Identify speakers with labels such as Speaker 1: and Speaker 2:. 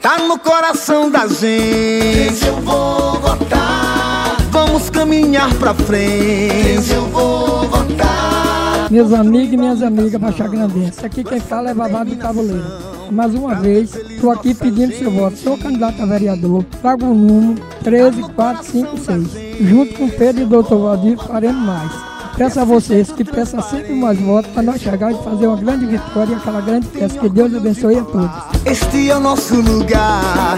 Speaker 1: Tá no coração da gente.
Speaker 2: eu vou votar.
Speaker 1: Vamos caminhar pra frente.
Speaker 2: eu vou votar.
Speaker 3: Meus amigos e minhas amigas Baixa Grandense, aqui quem fala é Babado do Tabuleiro. Mais uma vez, estou aqui pedindo seu voto. Sou candidato a vereador, trago o número 13456. Junto com Pedro e Dr. Valdir, faremos mais. Peço a vocês que peçam sempre mais votos para nós chegar e fazer uma grande vitória e aquela grande festa. Que Deus abençoe a todos.
Speaker 1: Este é o nosso lugar.